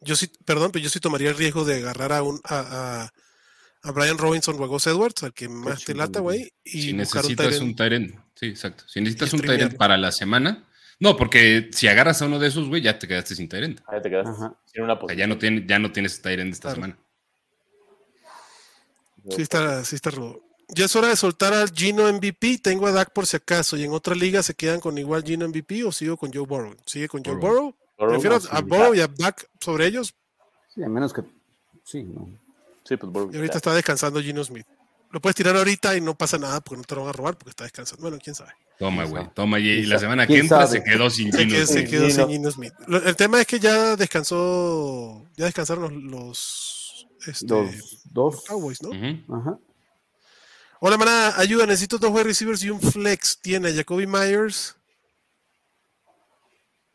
Yo sí, perdón, pero yo sí tomaría el riesgo de agarrar a un a, a- a Brian Robinson o a Gus Edwards, al que más te lata, güey. Y
si
buscar un
necesitas
tight end.
un Tyrant, sí, exacto. Si necesitas
Y
un Tyrant
streamearlo.
para la semana, no, porque si agarras a uno de esos, güey, ya te quedaste sin Tyrant.
Ahí te quedaste
Ajá.
sin una
O sea,
posición.
ya no, tienes ya no tienes Tyrant esta
Claro.
semana.
Sí está, sí está rudo. Ya es hora de soltar al Gino MVP. Tengo a Dak por si acaso. ¿Y en otra liga se quedan con igual Gino MVP o sigo con Joe Burrow? Sigue con Joe
Burrow.
Burrow.
Burrow,
Prefiero
no,
a
sí,
Burrow
ya.
y a Dak sobre ellos.
Sí, a menos que. Sí, no.
Sí, pues Burrow.
Y ahorita
ya.
está descansando Gino Smith. Lo puedes tirar ahorita y no pasa nada porque no te lo van a robar porque está descansando. Bueno, quién sabe.
Toma, güey.
sabe?
Toma, y
¿Quién
la
sabe?
semana que
¿Quién
entra
sabe?
se quedó sin
Se quedó,
Gino.
se
Smith.
Smith.
quedó
Gino.
sin Gino Smith. Lo- el tema es que ya descansó, ya descansaron los, los, este,
Dos. Dos.
Cowboys, ¿no?
Ujú.
Ajá.
Hola, maná, ayuda, necesito dos wide receivers y un flex. Tiene a Jacoby Myers.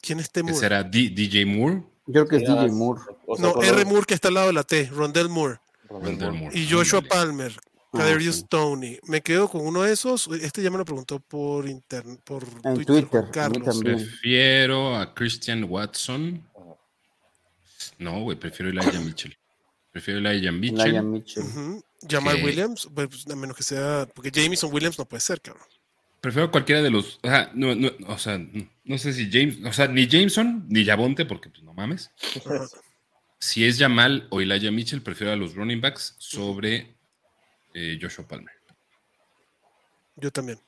¿Quién es este
¿Qué
Moore?
será? D- DJ Moore.
Yo creo que es
Ya,
DJ Moore.
Ah, o sea,
No,
por-
R. Moore que está al lado de la T, Rondell Moore.
Rondell Moore.
Y Joshua
Ándale.
Palmer,
Ah,
Kadarius
sí.
Tony. Me quedo con uno de esos. Este ya me lo preguntó por internet, por
En
Twitter,
Twitter,
Juan
a mí
Carlos.
también.
Prefiero a Christian Watson. No, güey, prefiero a Elijah Mitchell. Prefiero a Elijah Mitchell.
Laia Mitchell.
Ujú. Jamal
Que-
Williams, pues, a menos que sea, porque Jameson Williams no puede ser, cabrón.
Prefiero cualquiera de los. O sea, no, no, o sea, no sé si James. O sea, ni Jameson ni Yabonte, porque pues, no mames.
Ajá.
Si es Yamal o Elijah Mitchell, prefiero a los running backs sobre eh, Joshua Palmer.
Yo también.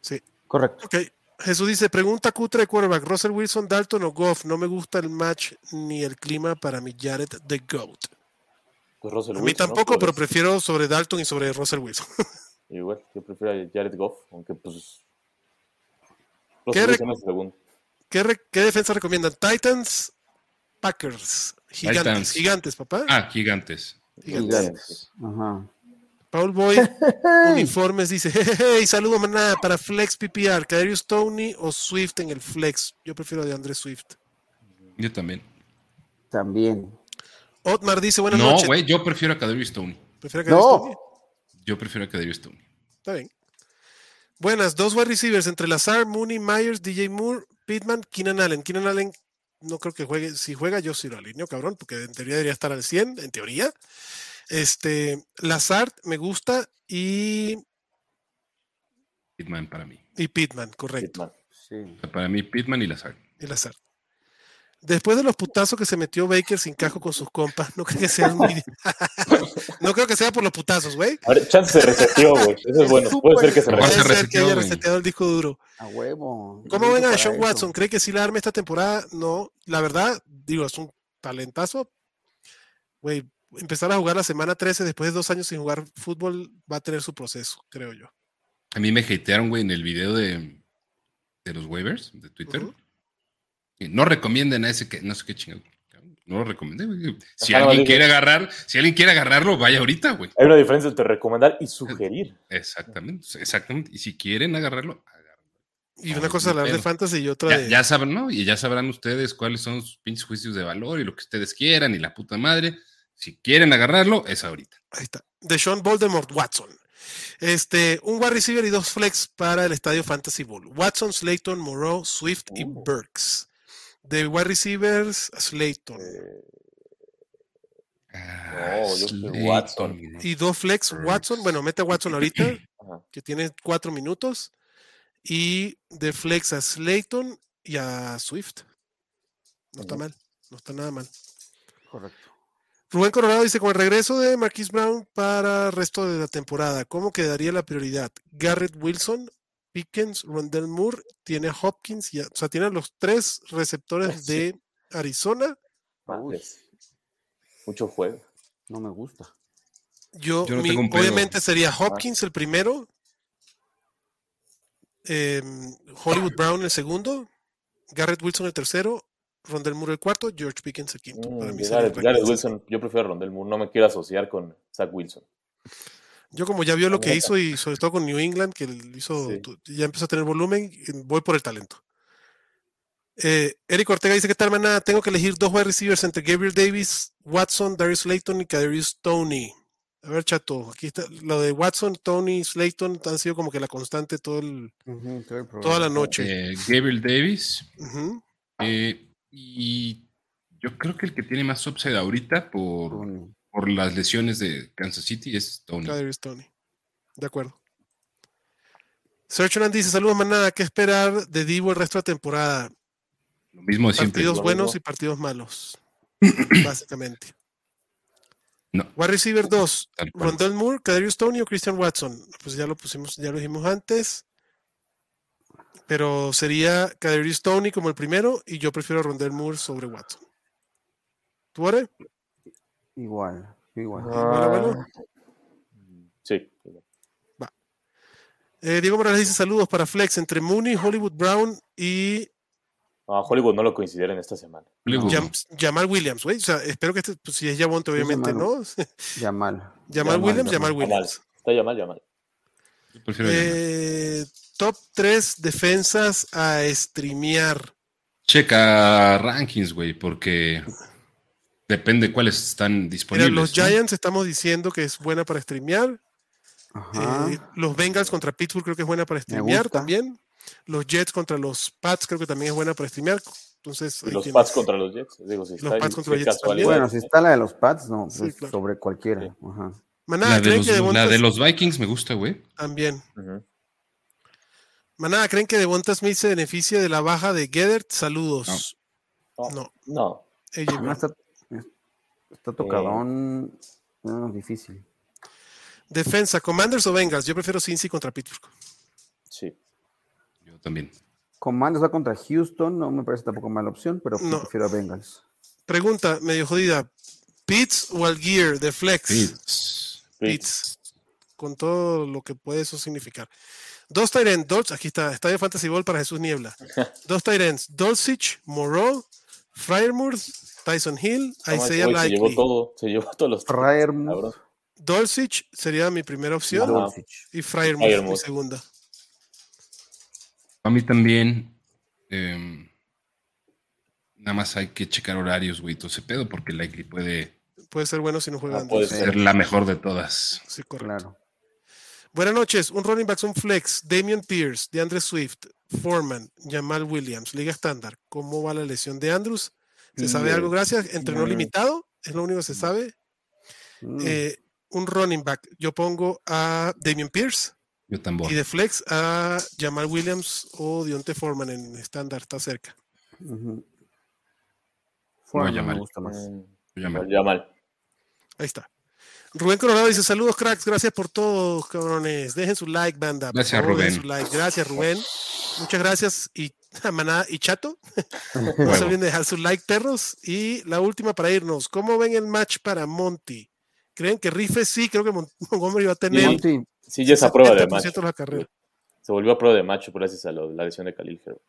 Sí,
Correcto.
ok. Jesús dice, pregunta cutre de quarterback, Russell Wilson, Dalton o Goff, no me gusta el match ni el clima para mi Jared the GOAT.
pues Russell
A mí
Wilson, ¿no?
tampoco, pero
Por eso.
prefiero sobre Dalton y sobre Russell Wilson.
Igual, yo prefiero a Jared Goff, aunque pues.
¿Qué
Russell
rec-
Wilson es el segundo.
¿Qué, re- qué defensa recomiendan? Titans, Packers, gigantes,
Titans.
gigantes, papá.
Ah, gigantes.
Gigantes.
Gigantes. Ajá.
Paul Boy, uniformes, dice, hey, saludo manada para Flex PPR, Kadarius Tony o Swift en el Flex. Yo prefiero de Andrés Swift.
Yo también.
También.
Otmar dice, buenas
No,
noches.
güey, yo prefiero a Kadarius Stone.
Prefiero a Kadarius Toney.
No.
Yo prefiero a Kadarius Stone.
Está bien. Buenas, dos wide receivers entre Lazar, Mooney, Myers, DJ Moore, Pittman, Keenan Allen. Keenan Allen no creo que juegue. Si juega, yo sí lo alineo, cabrón, porque en teoría debería estar al 100, en teoría. Este, Lazard me gusta y,
Pitman para mí.
y Pittman, correcto.
Hitman.
Sí.
O sea, para mí, Pitman y Lazar.
El azar. Después de los putazos que se metió Baker sin cajo con sus compas, no creo que sea muy- no creo que sea por los putazos, güey.
A ver, chance se reseteó, güey. Eso es bueno. Puede ser que se
Capaz
Puede
reseteó.
ser que
se reseteó,
haya
güey.
reseteado el disco duro.
A huevo.
¿Cómo ven a
Para
Sean
eso.
Watson? ¿Cree que sí la arme esta temporada? No, la verdad, digo, es un talentazo. Güey, empezar a jugar la semana 13 después de dos años sin jugar fútbol va a tener su proceso, creo yo.
A mí me hatearon, güey, en el video de, de los waivers de Twitter.
Ujú.
Y no recomienden a ese que no sé qué chingado. cabrón. No lo recomendé, güey. Si
Ajá,
alguien
vale.
quiere agarrar, si alguien quiere agarrarlo, vaya ahorita, güey.
Hay una diferencia entre recomendar y sugerir.
Exactamente, exactamente. Y si quieren agarrarlo, agárrenlo.
Y
Ah,
una cosa es
ni
hablar de
pedo.
fantasy y otra
ya,
de.
ya saben, ¿no? Y ya sabrán ustedes cuáles son sus pinches juicios de valor y lo que ustedes quieran y la puta madre. Si quieren agarrarlo, es ahorita.
Ahí está. De Sean Voldemort Watson. Este, un wide receiver y dos flex para el estadio Fantasy Bowl. Watson, Slayton, Moreau, Swift y
Uh.
Burks. De wide receivers, Slayton.
Eh,
Ah,
No, Oh, yo soy
Slayton,
Watson.
güey.
Y dos flex, Watson.
Burks.
Bueno, mete a Watson ahorita.
ajá.
que tiene cuatro minutos, y de flex a Slayton y a Swift. No está
Ujú.
mal, no está nada mal.
Correcto.
Rubén Coronado dice, con el regreso de Marquis Brown para el resto de la temporada, ¿cómo quedaría la prioridad? Garrett Wilson, Pickens, Rondell Moore, tiene a Hopkins, y a- o sea, tiene a los tres receptores
Ah, Sí.
de Arizona.
Madres. Mucho juego.
No me gusta.
Yo,
Yo no
mi-
tengo un pedo.
obviamente sería
Ah.
Hopkins el primero, em, Hollywood Brown el segundo, Garrett Wilson el tercero, Rondell Moore el cuarto, George Pickens el quinto. Para
Mm,
mí
yo
sería el
Gareth, Gareth
ranking.
Wilson, yo prefiero a Rondell Moore. No me quiero asociar con Zach Wilson.
Yo como ya vio lo que
Neta.
hizo y sobre todo con New England, que el- hizo,
Sí.
tu- ya empezó a tener volumen, y voy por el talento. Eh, Eric Ortega dice, ¿qué tal, maná? Tengo que elegir dos wide receivers entre Gabriel Davis, Watson, Darius Slayton y Kadarius Tony. A ver, chato, aquí está. Lo de Watson, Tony, Slayton han sido como que la constante todo el- toda la noche.
Eh, Gabriel Davis.
Ujú.
Mm.
Eh, y yo creo que el que tiene más upside ahorita por,
Tony.
por las lesiones de Kansas City es Tony.
Kadarius Tony. De acuerdo. Searchland dice, saludos, manada. ¿Qué esperar de Divo el resto de la temporada?
Lo mismo de siempre.
partidos
lo
buenos
mismo.
y partidos malos. básicamente.
No.
Wide receiver 2,
Tal cual.
Rondell Moore, Kadarius Tony o Christian Watson. Pues ya lo pusimos, ya lo dijimos antes. Pero sería Kadarius Tony como el primero y yo prefiero Rondell Moore sobre Watson. ¿Tú, Are?
Igual, igual.
Bueno, bueno.
Sí.
Eh, Diego Morales dice saludos para Flex entre Mooney, Hollywood Brown y
No, Hollywood no lo consideren esta semana.
Hollywood.
Jam- Jamal Williams, güey. O sea, espero que este, pues, si es Javonte, obviamente,
Jamal.
¿no?
Yamal.
Jamal Williams, Jamal
Yamal.
Williams.
Está Yamal, Yamal.
Yo prefiero Jamal.
Eh, top 3 defensas a streamear.
Checa rankings, güey, porque depende cuáles están
Mira,
disponibles.
los
¿no?
Giants estamos diciendo que es buena para streamear.
Ajá.
Eh, los Bengals contra Pittsburgh creo que es buena para streamear
gusta.
también. Los Jets contra los Pats creo que también es buena para streamear. Entonces,
Y
ahí
Los
tienes.
Pats contra los Jets. Digo, si
Los
está
Pats
en-
contra
qué
los Jets
casualidad.
también.
Bueno, si está la de los Pats, no,
Sí,
pues,
claro.
sobre cualquiera. Ajá.
Manada,
La de,
¿creen
los,
que
la
Devonta
de los Vikings me gusta, güey.
también?
Ujú.
Manada, ¿creen que Devonta Smith se beneficia de la baja de Gedert? Saludos.
No.
No.
No.
AJ Brown.
No, está, está tocadón. no, difícil.
Defensa, Commanders o Bengals. Yo prefiero Cincy contra Pittsburgh.
Sí.
Yo también.
Commanders va contra Houston, no me parece tampoco mala opción, pero
No.
prefiero a Bengals.
Pregunta medio jodida. ¿Pitts o Algier de Flex?
Pitts.
Pitts. Con todo lo que puede eso significar. Dos Tyrants, Dolch, aquí está, Estadio Fantasy Ball para Jesús Niebla. Dos Tyrants, Dolcich, Moreau, Fryermuth, Tyson Hill,
No,
Isaiah
güey, se llevó
Likely.
todo. Se llevó todos los.
Fryer
Cabrón.
Dolcich sería mi primera opción
Ajá.
y Fryermuth
Freiermuth.
mi segunda.
A mí también. eh, nada más hay que checar horarios, güey, todo ese pedo, porque Likely
Eh.
puede
Puede ser bueno si no juega
Ah,
Andrews.
puede
ser la mejor de todas.
Sí, correcto.
Claro.
Buenas noches. Un running back, un flex. Damian Pierce, DeAndre Swift, Foreman, Jamal Williams, Liga Estándar. ¿Cómo va la lesión de Andrews? ¿Se sabe
Mm,
algo? Gracias. Entrenó
mm.
limitado. Es lo único que se sabe.
Mm,
Eh, un running back. Yo pongo a Damian Pierce
Yo tambor.
y de flex a Jamal Williams o Dionte Foreman en estándar. Está cerca.
ujú. Fuera, no
Yamal.
me gusta más.
Mm,
Yo llamé.
Yamal.
Ahí está. Rubén Coronado dice: Saludos, cracks. Gracias por todo, cabrones. Dejen su like, banda. por
Gracias,
favor, dejen
Rubén.
su like. Gracias, Rubén. Muchas gracias. Y Maná y Chato. No se
Huevo.
olviden de dejar su like, perros. Y la última para irnos. ¿Cómo ven el match para Monty? ¿Creen que rife? Sí, creo que Mon- Montgomery va a tener
Monty,
Sí, ya esa prueba de macho.
70% de la carrera.
Se volvió a prueba de macho gracias a lo- la lesión de Khalil Herbert.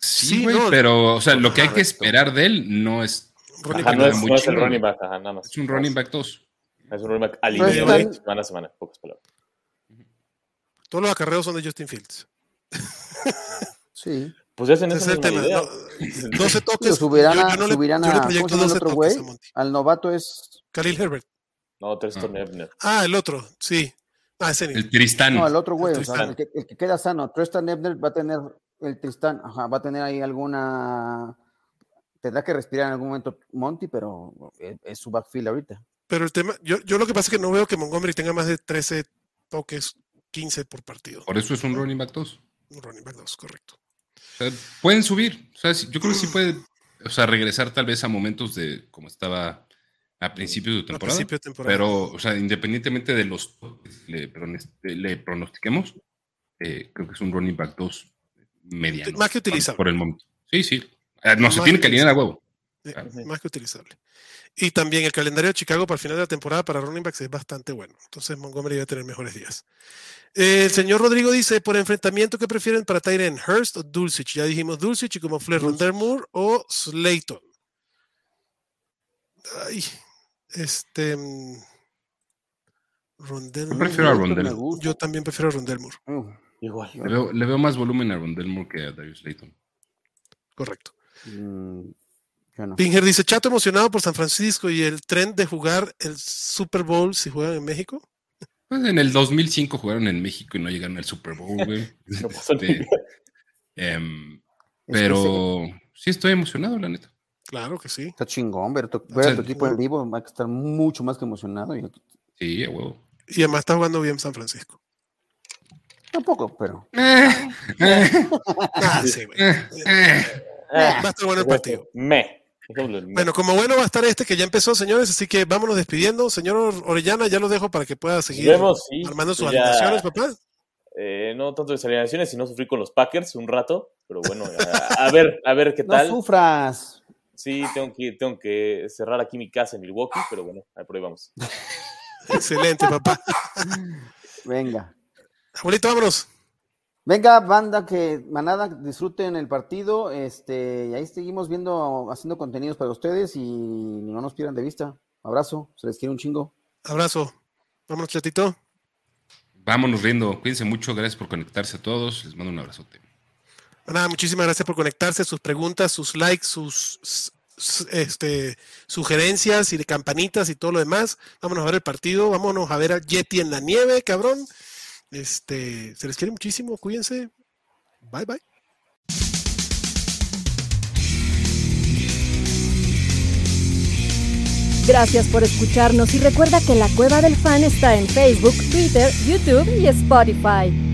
Sí,
Sí,
güey,
no, pues,
pero, o sea, lo que hay que
correcto.
esperar de él no es.
Ronnie
Ajá,
que
no
Perkins.
es,
muy
no es el
chingón.
running back, ajá, nada más.
Es un running back 2.
Es un running back
No
es
alineado
tan-
semana a semana, en pocas palabras.
Todos los acarreos son de Justin Fields.
sí.
Pues ya se
Ese es el tema.
idea.
No, 12
Digo,
toques.
subirán a,
le-
subirán
yo le
a- ¿cómo
proyecto
se llama el
12
otro
toques
güey?
a Monty.
Al novato es.
Khalil Herbert.
No, Tristan
Ah.
Ebner.
Ah, el otro. Sí. Ah, ese ni-
El Tristán.
No, el otro güey, o sea,
Tristán.
el que, el que queda sano. Tristan Ebner va a tener, el Tristán, ajá, va a tener ahí alguna. Tendrá que respirar en algún momento Monty, pero es, es su backfield ahorita.
Pero el tema, yo, yo lo que pasa es que no veo que Montgomery tenga más de 13 toques, 15 por partido.
Por eso es un running back 2.
Un running back 2, correcto.
O sea, pueden subir. O sea, sí, yo creo que sí puede, o sea, regresar tal vez a momentos de como estaba a principios de
Al
temporada.
principio de temporada.
Pero, o sea, independientemente de los toques que le, pronos- le pronostiquemos, eh, creo que es un running back 2 mediano.
Más que utilizable.
Por el momento. Sí, sí. Eh, no, se
Más
tiene
que
que alinear a huevo.
Sí,
Ujú.
eh, Más que utilizable. Y también el calendario de Chicago para el final de la temporada para running backs es bastante bueno. Entonces Montgomery va a tener mejores días. Eh, el señor Rodrigo dice, por enfrentamiento, ¿qué prefieren para Tyrion Hurst o Dulcich? Ya dijimos Dulcich y como Flair, Rondell Moore o Slayton. Ay, este... mm, Rondell
Yo
Moore.
prefiero a Rondell.
Me gusta.
Yo también prefiero a Rondell Moore,
Uh,
Igual.
Le veo, le veo más volumen a Rondell Moore que a Darius Layton.
correcto.
mm, yo no.
Pinger dice, chato emocionado por San Francisco y el tren de jugar el Super Bowl si juegan en México.
Pues en el 2005 jugaron en México y no llegaron al Super Bowl, güey.
No pasó
Este,
nada.
em,
Es que ese-
pero sí estoy emocionado, la neta.
Claro que sí.
Está chingón ver, tu,
O
ver
sea,
a tu equipo en vivo, va a estar mucho más que emocionado. y-
Sí, a huevo.
Y además está jugando bien San Francisco.
tampoco, pero
Ah, sí, güey.
Ah,
Va a estar bueno el partido.
Me. Dejémoslo en me.
Bueno, como bueno va a estar este que ya empezó, señores, así que vámonos despidiendo. Señor Orellana, ya lo dejo para que pueda
Nos
seguir
vemos, sí. pues
armando sus
Ya-
anotaciones, papá.
Eh, no tanto desalineaciones, sino sufrí con los Packers un rato, pero bueno, a, a ver, a ver qué
No
tal.
sufras.
Sí, tengo que, tengo que cerrar aquí mi casa en Milwaukee, pero bueno, ahí por ahí vamos.
Excelente, papá.
Venga.
Abuelito, vámonos.
Venga, banda, que manada, disfruten el partido. Este, y ahí seguimos viendo, haciendo contenidos para ustedes y no nos pierdan de vista. Abrazo, se les quiere un chingo.
Abrazo. Vámonos, chatito.
Vámonos riendo. Cuídense mucho. Gracias por conectarse a todos. Les mando un abrazote.
Pues Nada, muchísimas gracias por conectarse, sus preguntas, sus likes, sus s- s- este, sugerencias y de campanitas y todo lo demás. Vámonos a ver el partido, vámonos a ver al Yeti en la nieve, cabrón. Este, se les quiere muchísimo, cuídense. Bye bye.
Gracias por escucharnos y recuerda que la Cueva del Fan está en Facebook, Twitter, YouTube y Spotify.